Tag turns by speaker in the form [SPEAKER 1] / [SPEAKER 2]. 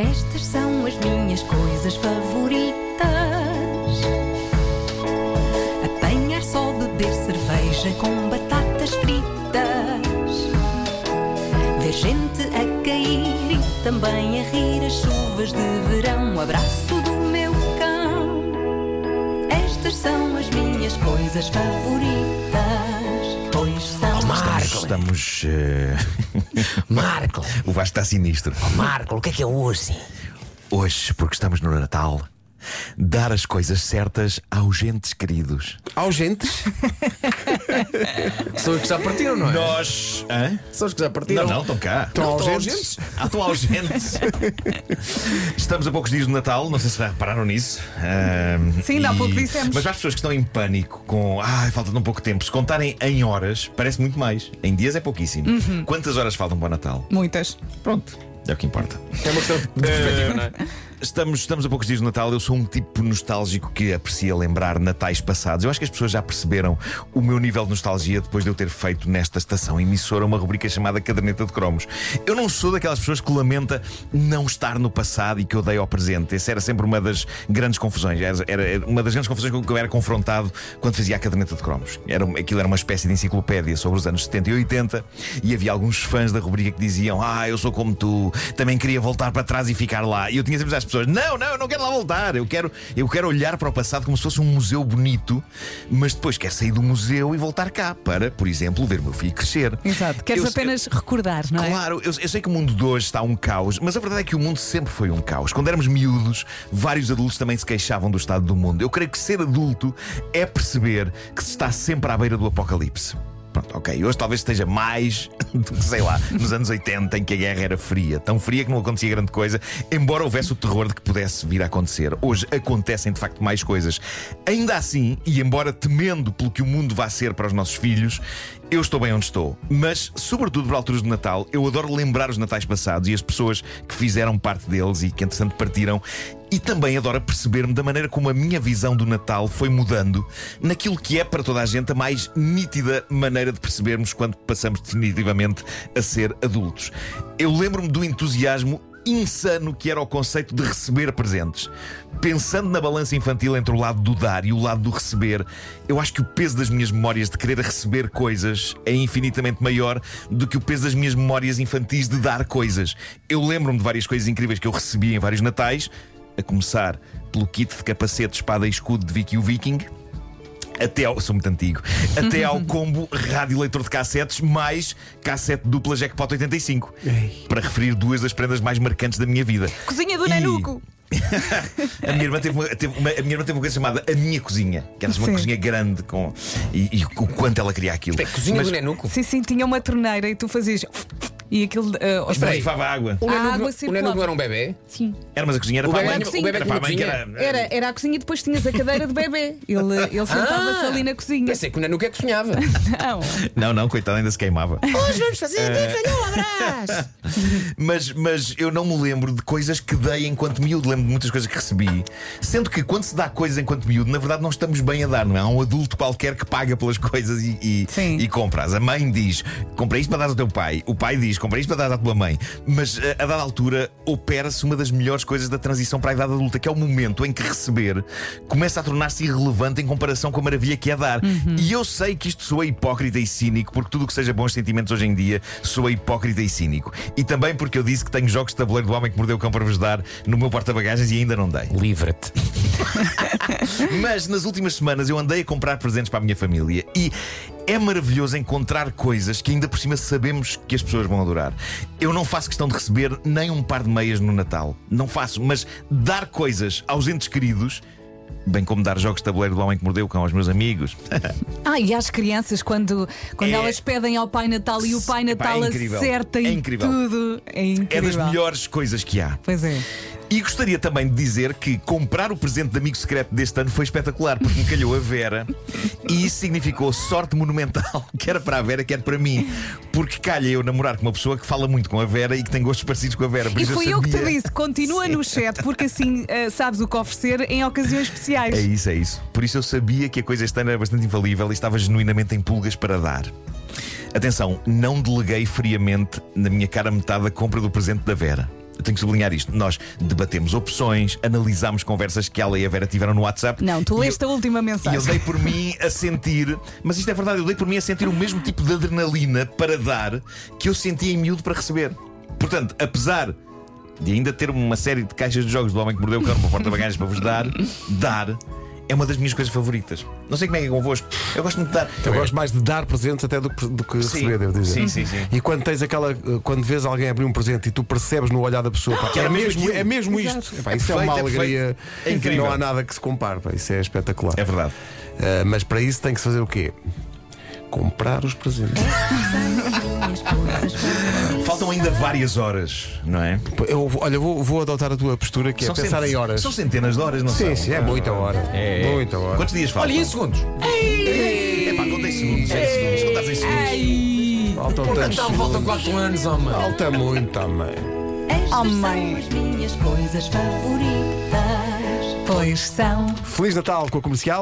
[SPEAKER 1] Estas são as minhas coisas favoritas: apanhar só, beber cerveja com batatas fritas, ver gente a cair e também a rir as chuvas de verão. O abraço do meu cão. Estas são as minhas coisas favoritas, pois são.
[SPEAKER 2] Estamos. eh,
[SPEAKER 3] Marco,
[SPEAKER 2] o Vasco está sinistro.
[SPEAKER 3] Marco, o que é que é hoje?
[SPEAKER 2] Hoje, porque estamos no Natal, dar as coisas certas aos entes queridos.
[SPEAKER 3] Aos gentes? São os que já partiram, não é?
[SPEAKER 2] Nós. Hã?
[SPEAKER 3] São os que já partiram.
[SPEAKER 2] Não, não, estão cá.
[SPEAKER 3] Estão aos
[SPEAKER 2] estão
[SPEAKER 3] gentes?
[SPEAKER 2] Ah, estão aos gentes. Estamos a poucos dias do Natal, não sei se já repararam nisso. Ahm,
[SPEAKER 4] Sim, há pouco dissemos.
[SPEAKER 2] Mas para as pessoas que estão em pânico com. Ai, falta tão pouco tempo. Se contarem em horas, parece muito mais. Em dias é pouquíssimo. Quantas horas faltam para o Natal?
[SPEAKER 4] Uhum. Muitas.
[SPEAKER 2] Pronto, é o que importa.
[SPEAKER 3] É uma questão de perspectiva, não é?
[SPEAKER 2] Estamos, estamos a poucos dias do Natal. Eu sou um tipo nostálgico que aprecia lembrar natais passados. Eu acho que as pessoas já perceberam o meu nível de nostalgia depois de eu ter feito nesta estação emissora uma rubrica chamada Caderneta de Cromos. Eu não sou daquelas pessoas que lamenta não estar no passado e que odeia ao presente. Essa era sempre uma das grandes confusões. Era, era- era uma das grandes confusões com que eu era confrontado quando fazia a Caderneta de Cromos. Era, aquilo era uma espécie de enciclopédia sobre os anos 70 e 80 e havia alguns fãs da rubrica que diziam: Ah, eu sou como tu, também queria voltar para trás e ficar lá. E eu tinha sempre às pessoas: Não, não, eu não quero lá voltar. Eu quero, eu quero olhar para o passado como se fosse um museu bonito, mas depois quero sair do museu e voltar cá para, por exemplo, ver o meu filho crescer.
[SPEAKER 4] Exato. Queres
[SPEAKER 2] Eu-
[SPEAKER 4] apenas recordar, não é?
[SPEAKER 2] Claro, eu, eu sei que o mundo de hoje está um caos, mas a verdade é que o mundo sempre foi um caos. Quando éramos miúdos, vários adultos também se queixavam do estado do mundo. Eu creio que ser adulto é perceber que se está sempre à beira do apocalipse. Pronto, ok. Hoje talvez esteja mais do que, sei lá, nos anos 80, em que a guerra era fria. Tão fria que não acontecia grande coisa, embora houvesse o terror de que pudesse vir a acontecer. Hoje acontecem, de facto, mais coisas. Ainda assim, e embora temendo pelo que o mundo vai ser para os nossos filhos, eu estou bem onde estou. Mas, sobretudo por alturas de Natal, eu adoro lembrar os Natais passados e as pessoas que fizeram parte deles e que, entretanto, partiram. E também adoro perceber-me da maneira como a minha visão do Natal foi mudando naquilo que é para toda a gente a mais nítida maneira de percebermos quando passamos definitivamente a ser adultos. Eu lembro-me do entusiasmo insano que era o conceito de receber presentes. Pensando na balança infantil entre o lado do dar e o lado do receber, eu acho que o peso das minhas memórias de querer receber coisas é infinitamente maior do que o peso das minhas memórias infantis de dar coisas. Eu lembro-me de várias coisas incríveis que eu recebi em vários natais, a começar pelo kit de capacete, espada e escudo de Vicky o Viking. Até ao, sou muito antigo. Até ao combo rádio leitor de cassetes mais cassete dupla Jackpot 85. Para referir duas das prendas mais marcantes da minha vida.
[SPEAKER 4] Cozinha do
[SPEAKER 2] E-
[SPEAKER 4] Nanuco.
[SPEAKER 2] A minha irmã teve uma, teve uma- a minha irmã teve uma coisa chamada A Minha Cozinha, que era uma
[SPEAKER 4] Sim.
[SPEAKER 2] cozinha grande com, e, e o quanto ela queria aquilo.
[SPEAKER 3] Bem, cozinha
[SPEAKER 2] Mas-
[SPEAKER 3] do Nenuco.
[SPEAKER 4] Sim, sim, tinha uma torneira e tu fazias. E aquilo. eh, ou
[SPEAKER 2] Mas
[SPEAKER 4] seja,
[SPEAKER 2] levava água.
[SPEAKER 3] O
[SPEAKER 4] A água
[SPEAKER 3] Nenuco, não- o
[SPEAKER 4] circulava.
[SPEAKER 3] Nenuco não era um bebê?
[SPEAKER 4] sim.
[SPEAKER 2] Era, mas a cozinha era
[SPEAKER 3] O
[SPEAKER 2] para a
[SPEAKER 3] bebé-
[SPEAKER 2] mãe.
[SPEAKER 4] o bebé
[SPEAKER 2] era
[SPEAKER 3] que
[SPEAKER 2] para a mãe que
[SPEAKER 3] cozinha?
[SPEAKER 2] era.
[SPEAKER 4] Era, era a cozinha e depois tinhas a cadeira de bebê. Ele, ele sentava-se
[SPEAKER 3] Ah!
[SPEAKER 4] ali na cozinha.
[SPEAKER 3] Pensei que o Nenuco é que sonhava.
[SPEAKER 4] Não. Eh.
[SPEAKER 2] Não, não, coitado, ainda se queimava.
[SPEAKER 3] Hoje vamos fazer
[SPEAKER 2] um
[SPEAKER 3] bacalhau abraço.
[SPEAKER 2] Mas, mas eu não me lembro de coisas que dei enquanto miúdo. Lembro de muitas coisas que recebi. Sendo que quando se dá coisas enquanto miúdo, na verdade não estamos bem a dar, não é? Há um adulto qualquer que paga pelas coisas e, e,
[SPEAKER 4] Sim.
[SPEAKER 2] e compras. A mãe diz: comprei isto para dar ao teu pai. O pai diz: comprei isto para dar à tua mãe. Mas eh, a, a dada altura opera-se uma das melhores coisas da transição para a idade adulta, que é o momento em que receber começa a tornar-se irrelevante em comparação com a maravilha que é dar. E eu sei que isto soa hipócrita e cínico, porque tudo o que seja bons sentimentos hoje em dia soa hipócrita e cínico. E também porque eu disse que tenho jogos de tabuleiro do homem que mordeu o cão para vos dar no meu porta-bagagens e ainda não dei.
[SPEAKER 3] Livra-te.
[SPEAKER 2] Mas nas últimas semanas eu andei a comprar presentes para a minha família e é maravilhoso encontrar coisas que ainda por cima sabemos que as pessoas vão adorar. Eu não faço questão de receber nem um par de meias no Natal. Não faço, mas dar coisas aos entes queridos. Bem como dar jogos de tabuleiro do homem que mordeu o cão aos meus amigos.
[SPEAKER 4] Ah, e às crianças, quando, quando
[SPEAKER 2] É-
[SPEAKER 4] elas pedem ao Pai Natal e o Pai
[SPEAKER 2] Epá, é
[SPEAKER 4] Natal
[SPEAKER 2] incrível.
[SPEAKER 4] acerta
[SPEAKER 2] É
[SPEAKER 4] em
[SPEAKER 2] incrível.
[SPEAKER 4] tudo, é
[SPEAKER 2] É
[SPEAKER 4] incrível.
[SPEAKER 2] das melhores coisas que há.
[SPEAKER 4] Pois é.
[SPEAKER 2] E gostaria também de dizer que comprar o presente de amigo secreto deste ano foi espetacular, porque me calhou a Vera e isso significou sorte monumental, quer para a Vera, quer para mim. Porque calha eu namorar com uma pessoa que fala muito com a Vera e que tem gostos parecidos com a Vera. por
[SPEAKER 4] E
[SPEAKER 2] isso
[SPEAKER 4] fui eu que te
[SPEAKER 2] sabia-
[SPEAKER 4] disse, continua no chat, porque assim eh, sabes o que oferecer em ocasiões especiais.
[SPEAKER 2] É isso, é isso. Por isso eu sabia que a coisa este ano era bastante infalível e estava genuinamente em pulgas para dar. Atenção, não deleguei friamente na minha cara metade a compra do presente da Vera. tenho que sublinhar isto, nós debatemos opções, analisámos conversas que ela e a Vera tiveram no WhatsApp.
[SPEAKER 4] Não, tu
[SPEAKER 2] E
[SPEAKER 4] leste a última
[SPEAKER 2] e eu
[SPEAKER 4] mensagem.
[SPEAKER 2] dei por mim a sentir, mas isto é verdade, eu dei por mim a sentir o mesmo tipo de adrenalina para dar que eu sentia em miúdo para receber. Portanto, apesar de ainda ter uma série de caixas de jogos do Homem que Mordeu o Cão, uma porta-bagagens para vos dar, dar é uma das minhas coisas favoritas. Não sei como é que é convosco, eu gosto muito de dar.
[SPEAKER 5] Eu gosto mais de dar presentes até do que, do que
[SPEAKER 2] é. Sim.
[SPEAKER 5] receber, devo dizer.
[SPEAKER 2] Sim, sim, sim.
[SPEAKER 5] E quando tens aquela. Quando vês alguém abrir um presente e tu percebes no olhar da pessoa pá,
[SPEAKER 2] Que era
[SPEAKER 5] é,
[SPEAKER 2] mesmo
[SPEAKER 5] mesmo,
[SPEAKER 2] aquilo.
[SPEAKER 5] é mesmo isto. Epá, isso é,
[SPEAKER 2] perfeito,
[SPEAKER 5] uma
[SPEAKER 2] é perfeito.
[SPEAKER 5] alegria.
[SPEAKER 2] É incrível.
[SPEAKER 5] Não há nada que se compare. pá, isso é espetacular.
[SPEAKER 2] É verdade.
[SPEAKER 5] Ah, mas para isso tem que se fazer o quê? Comprar os presentes.
[SPEAKER 1] Minhas coisas foram
[SPEAKER 2] Faltam ainda várias horas, não é?
[SPEAKER 5] Eu, olha, vou, vou adotar a tua postura que é pensar
[SPEAKER 2] centen-
[SPEAKER 5] em horas.
[SPEAKER 2] São centenas de horas, não
[SPEAKER 5] Sim,
[SPEAKER 2] são? Ah.
[SPEAKER 5] sim, é muita hora.
[SPEAKER 2] É.
[SPEAKER 5] Muita hora.
[SPEAKER 2] Quantos dias faltam?
[SPEAKER 5] segundos?
[SPEAKER 2] É pá, contei segundos, é segundos, se contares em segundos.
[SPEAKER 4] Ai,
[SPEAKER 5] Faltam tantos
[SPEAKER 3] Então voltam
[SPEAKER 5] segundos.
[SPEAKER 3] 4 anos, homem.
[SPEAKER 5] Falta muito também.
[SPEAKER 1] Estas
[SPEAKER 4] Oh,
[SPEAKER 1] são
[SPEAKER 4] mãe.
[SPEAKER 1] as minhas coisas favoritas.
[SPEAKER 4] pois são.
[SPEAKER 5] Feliz Natal com a comercial.